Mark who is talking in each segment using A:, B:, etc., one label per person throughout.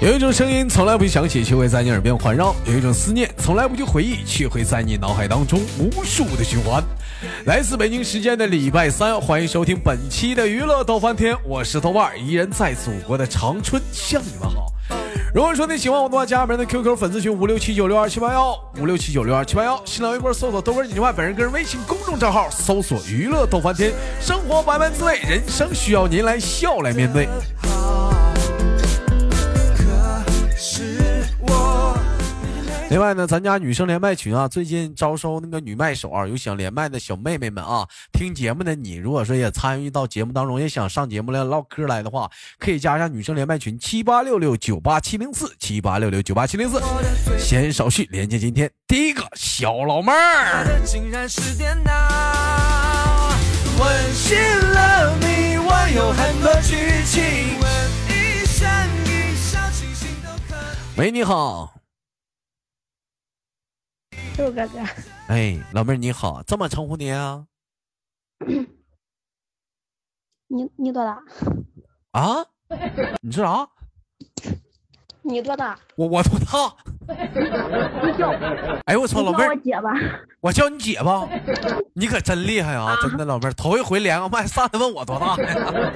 A: 有一种声音从来不响起，却会在你耳边环绕；有一种思念从来不去回忆，却会在你脑海当中无数的循环。来自北京时间的礼拜三，欢迎收听本期的娱乐逗翻天，我是豆瓣儿，依然在祖国的长春向你们好。如果说你喜欢我的话，加本人的 QQ 粉丝群五六七九六二七八幺五六七九六二七八幺，新浪微博搜索豆哥几句话，本人个人微信公众账号搜索娱乐逗翻天，生活百般滋味，人生需要您来笑来面对。另外呢，咱家女生连麦群啊，最近招收那个女麦手啊，有想连麦的小妹妹们啊，听节目的你，如果说也参与到节目当中，也想上节目来唠嗑来的话，可以加一下女生连麦群七八六六九八七零四七八六六九八七零四。闲少叙，连接今天第一个小老妹儿。
B: 竟然是电脑。吻醒了你，我有很多剧情。吻一闪一笑，清醒都可以。
A: 喂，你好，
C: 豆哥哥，
A: 哎，老妹儿你好，这么称呼你啊？
C: 你你多大？
A: 啊？你说啥？
C: 你多大？
A: 我我多大？哎呦我操，
C: 你
A: 老妹
C: 叫
A: 儿
C: 我，姐吧。
A: 我叫你姐吧，你可真厉害啊！真的，老妹儿，头一回连个麦，上来问我多大呀？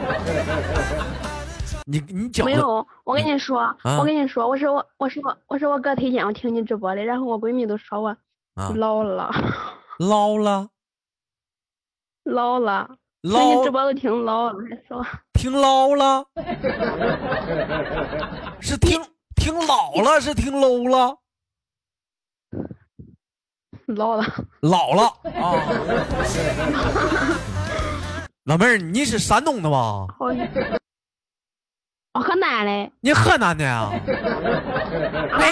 A: 你你觉
C: 没
A: 得
C: 有，我跟你说，
A: 啊
C: 我跟你说，我是我我是我我是我哥推荐我听你直播的，然后我闺蜜都说我
A: 啊？
C: 老了，
A: 捞了
C: 老了，听
A: 捞
C: 你直，播都挺老了，还说
A: 听捞了，是听听老了，是听 low 了，
C: 老了。
A: 老了 啊！老妹儿，你是山东的吧？
C: 好，我河南嘞，啊
A: 你河南的呀？哎，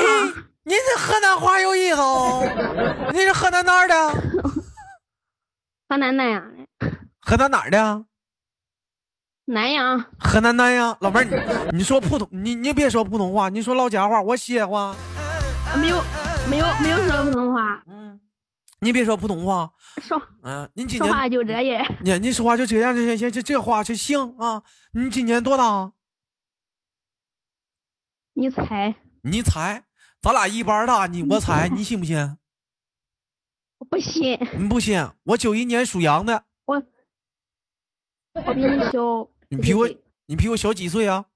A: 您这河南话有意思哦。您是河南哪儿的？
C: 河南南阳嘞，
A: 河南哪儿的？
C: 南阳
A: 河南南阳。老妹儿，你你说普通，你你别说普通话，你说老家话，我歇话。
C: 没有没有没有说普通话，
A: 嗯，你别说普通话。
C: 说
A: 嗯、您今
C: 说话
A: 年
C: 就这样。
A: 你你说话就这样，这这这这话就行啊。你今年多大？
C: 你猜？
A: 你猜？咱俩一般大，你我猜，你信不信？
C: 我不信，
A: 你不信？我九一年属羊的，
C: 我我比你小，
A: 你比我你比我小几岁啊？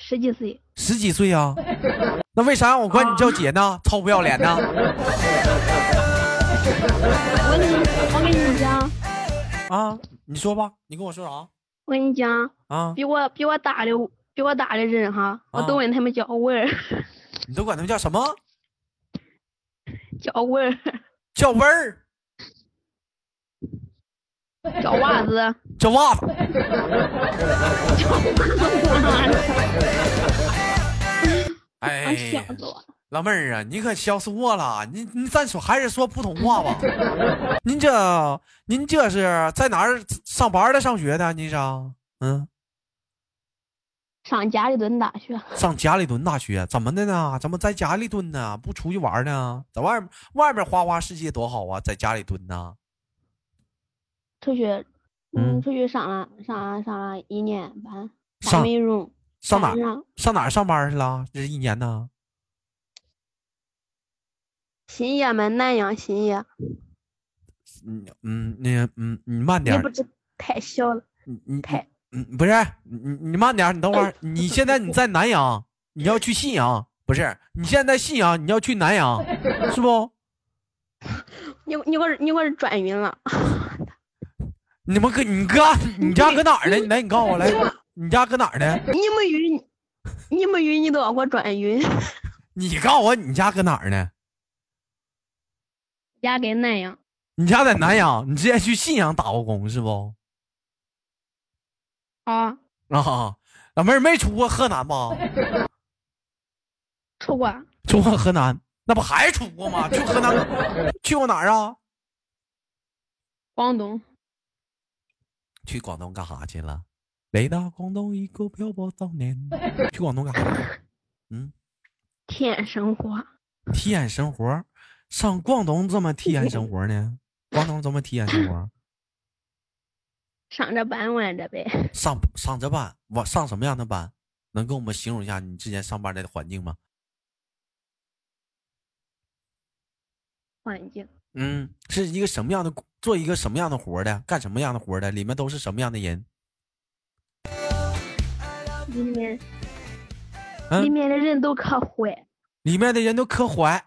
C: 十几岁。
A: 十几岁呀、那为啥我管你叫姐呢？臭不要脸的
C: 我跟你，我跟你讲，
A: 啊！你说吧，你跟我说啥
C: 我跟你讲，
A: 啊？
C: 比我比我大的比我大的人哈，我都问他们叫我儿，
A: 你都管他们叫什么？
C: 叫我儿，
A: 叫温儿，哎
C: 叫娃子，
A: 叫袜子。
C: 我
A: 哎，
C: 笑死我了。
A: 老妹儿啊，你可笑死我了！你你咱说还是说普通话吧。您这您这是在哪儿上班的？上学的？您是啊？嗯，
C: 上家里蹲大学，
A: 上家里蹲大学，怎么的呢？怎么在家里蹲呢？不出去玩呢？在外面外面花花世界多好啊，在家里蹲呢。
C: 出去，
A: 嗯
C: 嗯，出去上了上了上了一年班，
A: 上
C: 美容，
A: 上哪儿
C: 班上
A: 上哪儿上班去了？这一年呢？
C: 新业嘛，南阳新业，
A: 嗯嗯，你嗯你慢
C: 你
A: 点
C: 不
A: 儿，
C: 知太小了，
A: 你你
C: 太
A: 嗯不是你你慢点儿，你等会儿，你现在你在南阳，你要去信阳，不是？你现在在信阳，你要去南阳，是不？
C: 你你给我你给我转晕了，
A: 你们搁你哥，你家搁哪儿呢？你来，你告诉我来，你家搁哪儿呢？
C: 你没晕，你没晕，你都要给我转 晕，
A: 你告诉我你家搁哪儿呢？
C: 家跟南阳，
A: 你家在南阳，你之前去信阳打过工是不？
C: 啊，
A: 啊，老妹儿没出过河南吧？
C: 出过
A: 出过河南，那不还出过吗？去河南，去过哪儿啊？
C: 广东。
A: 去广东干啥去了？来到广东一个漂泊少年，去广东干啥去？嗯，
C: 体验生活，
A: 体验生活，上广东怎么体验生活呢？广东怎么体验生活？
C: 上着班玩着呗，
A: 上上这班，我上什么样的班？能跟我们形容一下你之前上班的环境吗？
C: 环境
A: 嗯，是一个什么样的，做一个什么样的活儿的，干什么样的活儿的，里面都是什么样的人？
C: 里面
A: 嗯
C: 里面的人都可坏，
A: 里面的人都可 坏。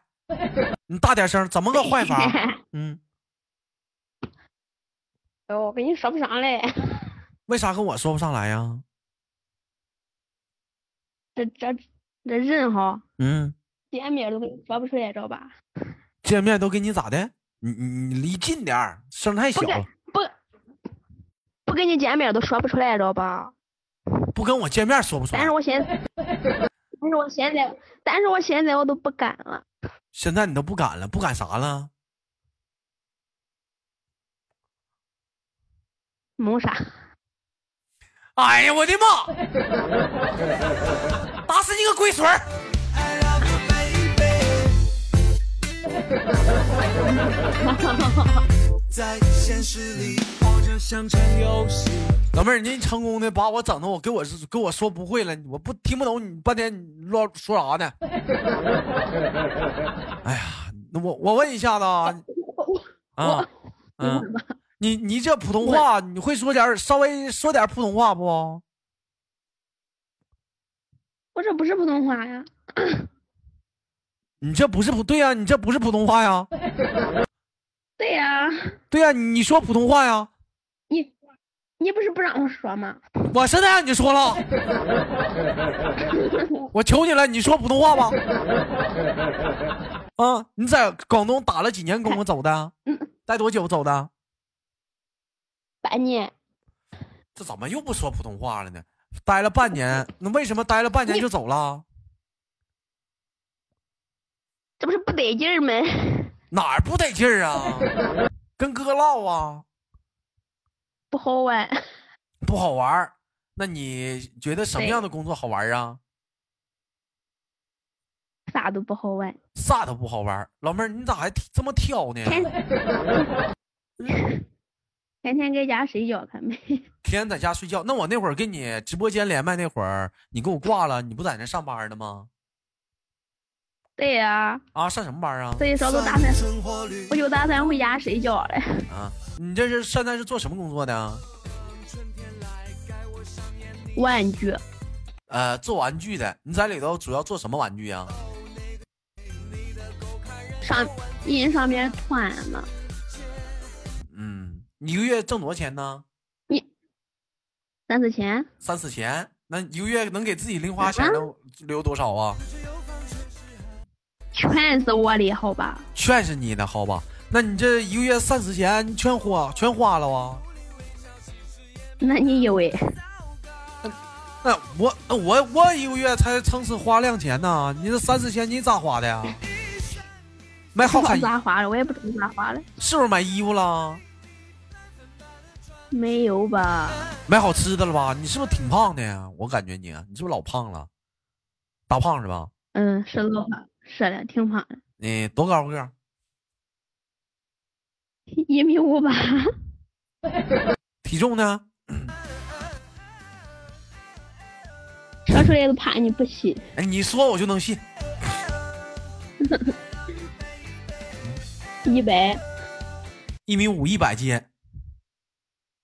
A: 你大点声，怎么个坏 法？嗯，
C: 哎呦我跟你说不上来，
A: 为啥跟我说不上来呀？
C: 这这这人哈，
A: 嗯，
C: 见面都跟你说不出来，知道吧？
A: 见面都给你咋的？你你你离近点儿，声太小
C: 不
A: 了
C: 跟。不不跟你见面都说不出来，知道吧？
A: 不跟我见面说不出来
C: 但是。我现 在，但是我现在，但是我现在我都不敢了，
A: 现在你都不敢了，不敢啥了？
C: 没啥。
A: 哎呀，我的妈！打死你个龟孙 儿！
B: 在现实里活着像场游戏，
A: 老妹儿，你成功的把我整的，我给我给我说不会了，我不听不懂你半天你乱说啥呢？哎呀，那我我问一下子啊，啊，嗯，你你这普通话你会说点儿稍微说点儿普通话不？
C: 我这不是普通话呀，
A: 你这不是普对呀、你这不是普通话呀？
C: 对呀、
A: 对呀、你说普通话呀？
C: 你你不是不让我说吗？
A: 我现在让你说了，我求你了，你说普通话吧。啊，你在广东打了几年工啊？走的？待多久走的？
C: 半年，
A: 这怎么又不说普通话了呢？待了半年，那为什么待了半年就走了？
C: 这不是不得劲儿吗？
A: 哪儿不得劲儿啊？跟哥唠啊，
C: 不好玩，
A: 不好玩儿。那你觉得什么样的工作好玩儿啊？
C: 啥都不好玩。
A: 啥都不好玩儿。老妹儿，你咋还这么挑呢？
C: 天天天在家睡觉，看没？
A: 天天在家睡觉。那我那会儿跟你直播间连麦那会儿，你给我挂了，你不在那上班呢吗？
C: 对呀、
A: 啊，上什么班啊？
C: 所以说都打算，
B: 生活里
C: 我就打算回家睡觉了。
A: 啊，你这是现在是做什么工作的啊？
C: 玩具，
A: 呃，做玩具的。你在里头主要做什么玩具啊？
C: 上印上面团呢，
A: 嗯，你一个月挣多少钱呢？
C: 三四千，
A: 三四千。那一个月能给自己零花钱能留多少啊？
C: 全是我的，好吧？
A: 全是你的，好吧？那你这一个月三四千全花全花了啊？
C: 那你以为？
A: 那我那我我一个月才撑死花两千呢，你这三四千你咋花的呀？买好
C: 不
A: 看
C: 知道咋花了，我也不知道咋花了，
A: 是不是买衣服了？
C: 没有吧？
A: 买好吃的了吧？你是不是挺胖的呀？我感觉你，啊你是不是老胖了？大胖是吧？
C: 嗯，是老吧？是的，挺胖的，
A: 你多高个儿？
C: 一米五八，
A: 体重呢？
C: 说出来都怕你不信。
A: 哎，你说我就能信。
C: 一百
A: 一米五，一百斤。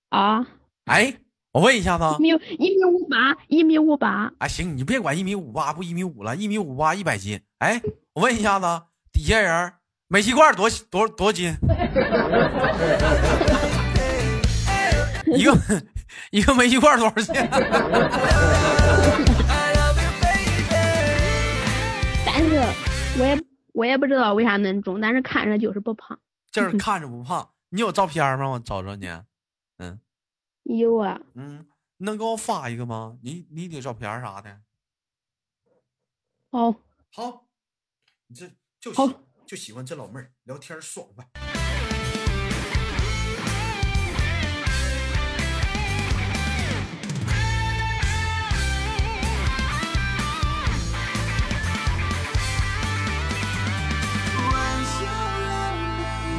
C: 啊，
A: 哎，我问一下子啊
C: 一，米一米五八，一米五八，
A: 哎，行，你别管一米五八不一米五了，一米五八一百斤。哎，我问一下子啊，底下人儿煤气罐多多多斤？一个 一个煤气罐多少钱？啊
C: 但是我也我也不知道为啥能中，但是看着就是不胖。
A: 就是看着不胖。你有照片吗？我找找你。
C: 有啊，
A: 嗯，你能给我发一个吗？你你得照片儿啥的。
C: 哦，
A: 好，你这就
C: 好
A: 喜就喜欢这老妹儿，聊天儿爽快。
B: 玩笑人，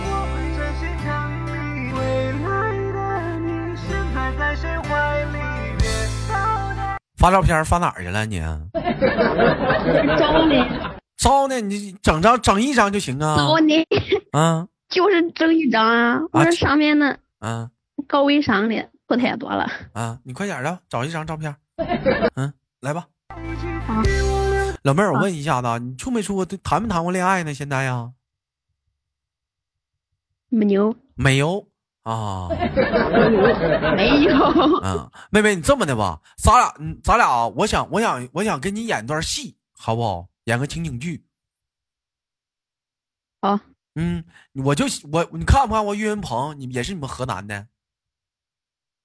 B: 我会真心疼你。未来的你，现在在谁怀里？别到
A: 发照片发哪儿去了你？
C: 招你，
A: 照呢？你整张整一张就行啊
C: 招你，
A: 啊
C: 就是争一张啊！我说上面那
A: 啊
C: 高微商的不太多了，
A: 啊！你快点儿的，找一张照片。嗯，来吧。老妹儿，我问一下子啊，你处没处过对谈没谈过恋爱呢？现在呀，
C: 没有，
A: 没有啊。
C: 没有，
A: 嗯，妹妹，你这么的吧，咱俩，嗯咱俩啊，我想，我想，我想跟你演段戏，好不好？演个情景剧。
C: 好，
A: 嗯，我就我，你看不看过岳云鹏？你也是你们河南的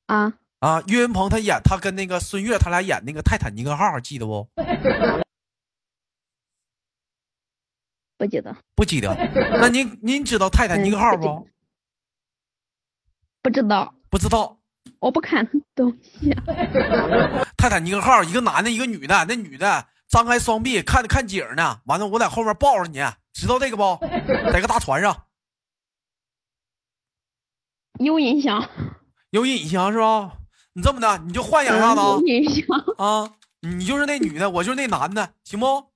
C: 啊，
A: 啊？岳云鹏他演他跟那个孙越他俩演那个《泰坦尼克号》，记得不？
C: 不记得，
A: 不记 得。那您您知道《泰坦尼克号》
C: 嗯不记
A: 不
C: 得？
A: 不
C: 不知道，
A: 知道，
C: 我不看东西啊，
A: 《泰坦尼克号》一个男的，一个女的，那女的张开双臂看看景儿呢，完了我在后面抱着你，知道这个 不？在个大船上。
C: 有印象，
A: 有印象是吧？你这么的，你就幻想一下子啊
C: 有印象，
A: 啊，你就是那女的，我就是那男的，行不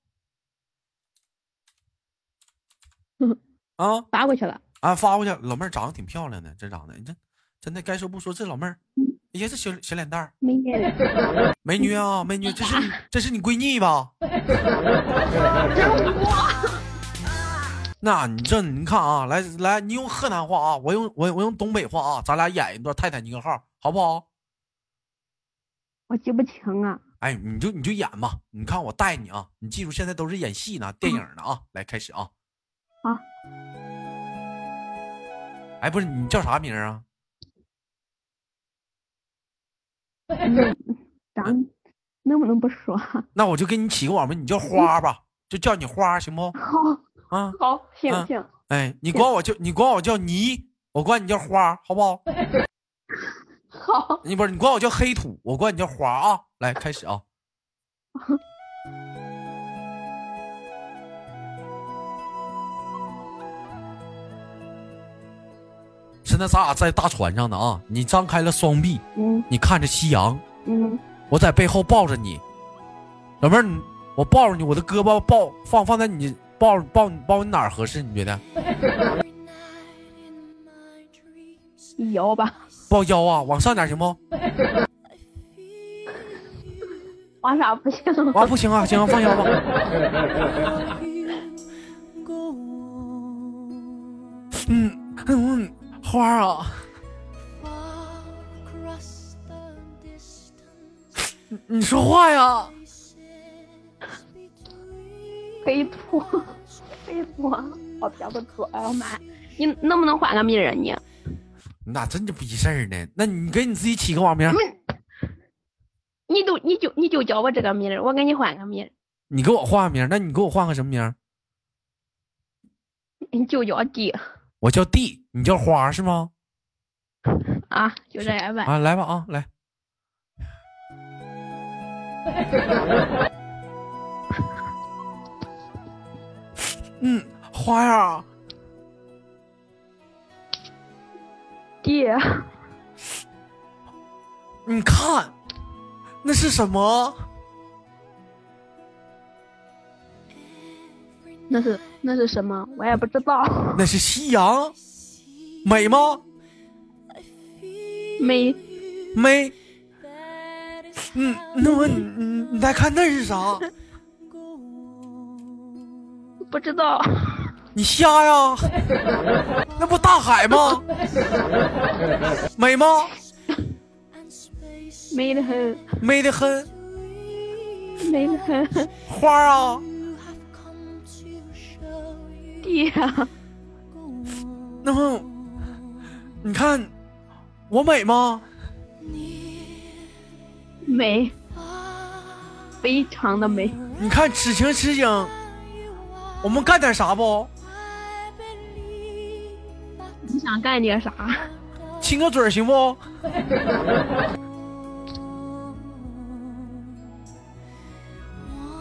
C: 嗯？
A: 啊
C: 发过去了，
A: 啊，发过去，老妹儿长得挺漂亮的，真长得，你这真的该说不说，这老妹儿，
C: 嗯
A: 哎呀，这小小脸蛋儿，
C: 没印象，
A: 美女啊，美女，这是你这是你闺蜜吧？那你这你看啊，来来，你用河南话啊，我用我我用东北话啊，咱俩演一段《泰坦尼克号》，好不好？
C: 我记不清啊，
A: 哎，你就你就演吧，你看我带你啊，你记住现在都是演戏呢，电影呢啊，来开始啊。
C: 好。
A: 哎，不是你叫啥名儿啊？
C: 嗯，咱能不能不说？
A: 那我就给你起个网名，你叫花吧，就叫你花行不？
C: 好，
A: 啊，
C: 好，行
A: 啊
C: 行，
A: 哎，你管我叫你管我叫泥，我管你叫花，好不好？
C: 好，
A: 你不是你管我叫黑土，我管你叫花啊。来，开始啊。 现在咱俩在大船上呢啊！你张开了双臂，
C: 嗯
A: 你看着夕阳，
C: 嗯，
A: 我在背后抱着你，老妹儿，你我抱着你，我的胳膊抱放放在你抱抱你抱你哪儿合适？你觉得
C: 摇吧，
A: 抱腰啊，往上点儿行不？
C: 往啥不行？
A: 啊，不行啊，行啊，放腰吧。 嗯嗯，花儿啊，你说话呀！
C: 黑土，黑土，我憋不住，哎呀妈呀！你能不能换个名儿啊你？
A: 你咋真就逼事儿呢？那你给你自己起个网名，
C: 你都你就你就叫我这个名儿，我给你换个名儿，
A: 你给我换个名儿，那你给我换个什么名儿？
C: 你就叫弟
A: 我叫地，你叫花儿是吗？
C: 啊，就这样吧。
A: 啊，来吧啊，来。 嗯，花儿啊，
C: 弟，
A: 你看，那是什么？
C: 那是那是什么？我也不知道。
A: 那是夕阳，美吗？
C: 没，
A: 美。嗯，那么你你你再看那是啥？
C: 不知道，
A: 你瞎 呀？那不大海吗？美吗？
C: 美得很，
A: 美得很。
C: 美得很。
A: 花儿啊，
C: 弟，
A: 那么你看我美吗？
C: 美，非常的美。
A: 你看此情此景，我们干点啥不？
C: 你想干点啥？
A: 亲个嘴儿行不？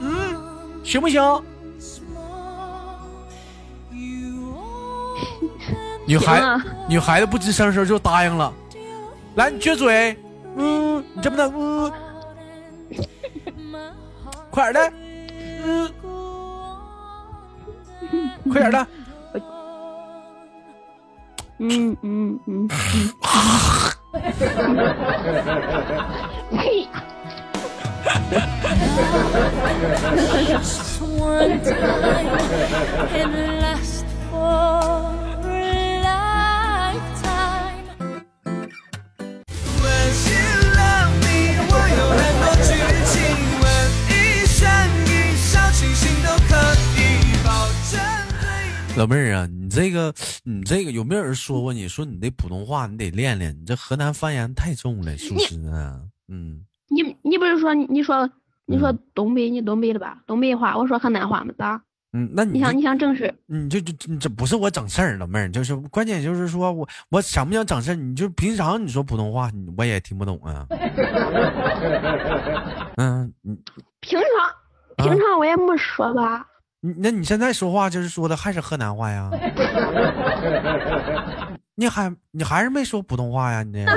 A: 嗯，行不行？女孩、
C: 行啊
A: 女孩子不吱声的时候就答应了。来，你撅嘴，嗯，你这么的，嗯，
D: 快点儿的，嗯，快点儿的，
C: 嗯嗯嗯嗯。呸！
B: just one time and last for a lifetime.
E: When she loved me，我有很多剧情，问一生一笑，清醒都可以保证对
A: 老妹儿啊，你这个，你这个有没有人说过你？说你这普通话你得练练，你这河南方言太重了，属实啊。嗯，
C: 你你不是说你说你说
A: 嗯
C: 东北你东北的吧？东北话，我说河南话嘛，咋？
A: 嗯，那
C: 你
A: 你
C: 想
A: 这
C: 你想正式
A: 你就就你这不是我整事儿，老妹儿，就是关键就是说我我想不想整事儿，你就平常你说普通话，你我也听不懂啊。 嗯，你
C: 平常平常我也没说吧，
A: 你那你现在说话就是说的还是河南话呀？ 你还你还是没说普通话呀？你这
C: 那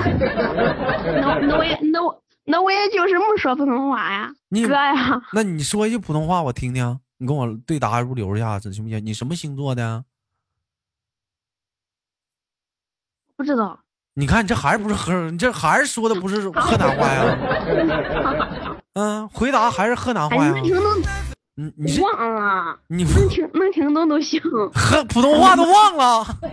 C: 那我也那我那我也就是没说普通话呀，
A: 你
C: 哥呀，
A: 那你说一句普通话我听听，你跟我对答如流一下子行不行？你什么星座的？啊
C: 不知 道。
A: 你看你这还是不是河？你这还是说的不 是河南话呀？ 嗯，回答还是河南
C: 哎，
A: 话呀
C: 能？听懂
A: 你你是
C: 忘了，
A: 你
C: 能听能听懂都行。
A: 河普通话都忘了？
C: 对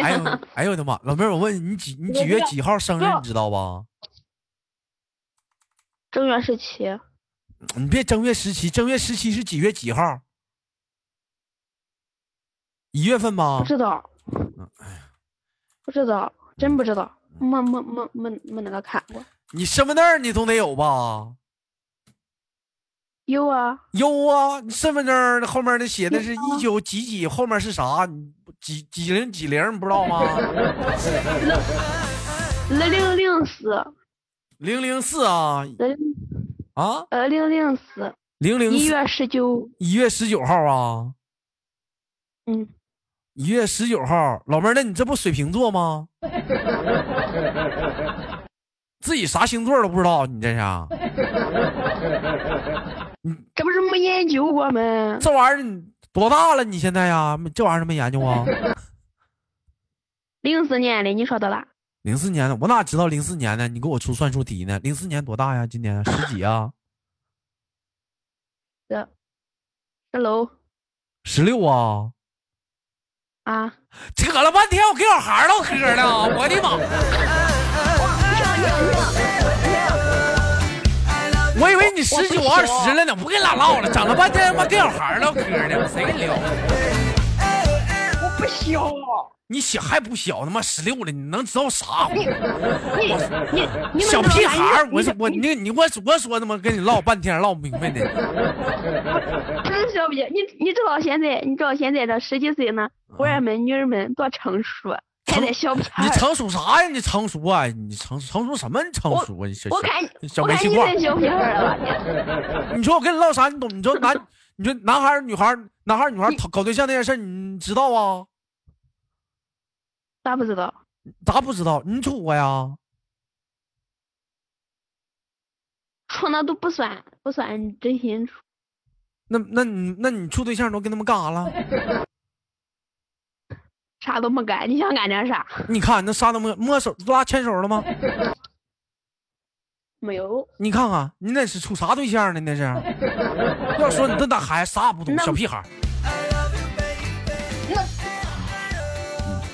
C: 啊
A: 哎
C: 呀
A: 呦哎呦我的妈！老妹儿，我问你，你几你几月几号生日？你知道吧？
C: 正月十
A: 哦
C: 七，
A: 你别正月十七，正月十七是几月几号？一月份吧
C: 不？知道，
A: 嗯哎
C: 不知道，真不知道，没没没没没那个看过。
A: 你身份证儿你总得有吧？
C: 有啊，
A: 有啊，你身份证儿后面那写的是一九几几，后面是啥？你几几零几零？你不知道吗？
C: 二零零四，
A: 零零四啊
C: 呃
A: 啊，
C: 二呃零零四，
A: 零零四
C: 一月十九，
A: 一月十九号啊，
C: 嗯，
A: 一月十九号，老妹儿，那你这不水瓶座吗？自己啥星座都不知道，你这是啊
C: 这不是没研究过吗？
A: 这玩意儿你多大了？你现在呀，这玩意儿没研究啊？
C: 零四年的，你说的啦，
A: 零四年的，我哪知道零四年的？你给我出算术题呢？零四年多大呀？今年十几啊？
C: 这这楼
A: 十六啊？
C: 啊，
A: 扯了半天，我跟小孩唠嗑 呢，我的妈！我以为你十九二十了呢，不跟俩唠了，整了半天他妈跟小孩唠嗑呢，谁跟你聊？
C: 我不小，
A: 啊你小还不小，他妈十六了，你能知道啥？
C: 你哎 你你
A: 小
C: 能知
A: 屁
C: 道啥
A: 孩儿，我
C: 你
A: 是我
C: 你
A: 你你我我说他妈跟你唠半天唠不明白呢，
C: 不是小屁，你你知道现在你知道现在这十几岁呢，伙人们女人们多成熟，还
A: 啊成
C: 在小屁孩
A: 你
C: 儿。
A: 成熟啥呀？你成熟啊？你成成熟什么？你成熟啊？你小
C: 我看
A: 小
C: 我
A: 煤
C: 看
A: 气
C: 你
A: 罐
C: 在。小屁孩儿了吧？
A: 你说我跟你唠啥？你懂？你说男，你说男孩儿、女孩儿、男孩儿、女孩儿搞搞对象那件事儿，你知道啊？
C: 咋不知道？
A: 咋不知道？你处过呀？
C: 处那都不算不算真心处，
A: 那那你那你处对象都跟他们干啥了？
C: 啥都没干。你想干点啥？
A: 你看那啥都没摸手拉牵手了吗？
C: 没有，
A: 你看看你那是处啥对象呢？那是？要说你这大孩子啥也不懂，
C: 那
A: 小屁孩儿。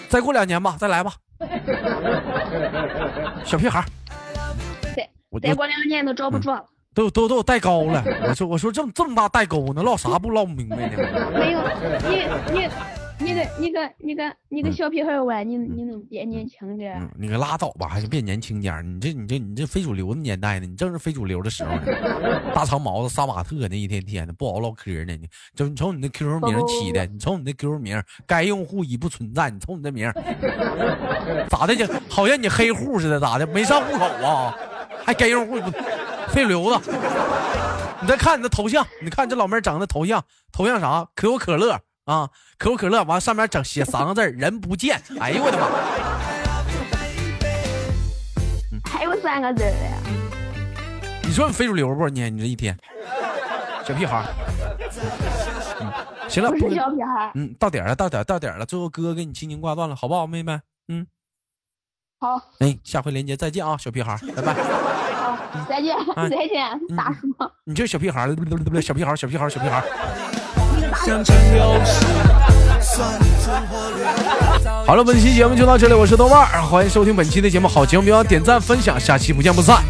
A: 再过两年吧，再来吧。小屁孩儿，
C: 再
A: 我嗯
C: 再过两年都找不着了。
A: 都都都有代沟了。我说我说这么这么大代沟呢，唠啥不唠不明白呢？
C: 没有，你你你个你个你个你个小屁孩儿玩，你你能别年轻点儿？
A: 嗯，你可拉倒吧，还是别年轻点儿。你这你这你这非主流的年代呢，你正是非主流的时候呢。大长毛子、杀马特呢，一天天的不好好唠嗑呢。你就你瞅你那 QQ 名起的，你瞅你那 QQ 名，该用户已不存在。你瞅你这名儿，咋的？就好像你黑户似的，咋的？没上户口啊？还该用户不？非主流子。你再看你的头像，你看这老妹儿整的头像，头像啥？可口可乐啊，可口可乐，完上面整写三个字儿人不见。哎呦我的妈！
C: 还有三个字儿嘞，
A: 你说你非主流不？你你这一天，小屁孩儿。嗯，行了，
C: 不
A: 不
C: 是小屁孩儿。
A: 嗯，到点儿了，到点儿，到点儿了。最后哥给你轻轻挂断了，好不好，妹妹？嗯，
C: 好，
A: 哎，下回连接再见啊，小屁孩儿，拜拜。
C: 好，再见，
A: 哎
C: 再见，大叔。
A: 你这小屁孩儿，小屁孩儿，小屁孩儿，小屁孩儿。
E: 像真钥匙，算你存活率。
F: 好了，本期节目就到这里，我是豆瓣儿，欢迎收听本期的节目。好节目别忘点赞分享，下期不见不散。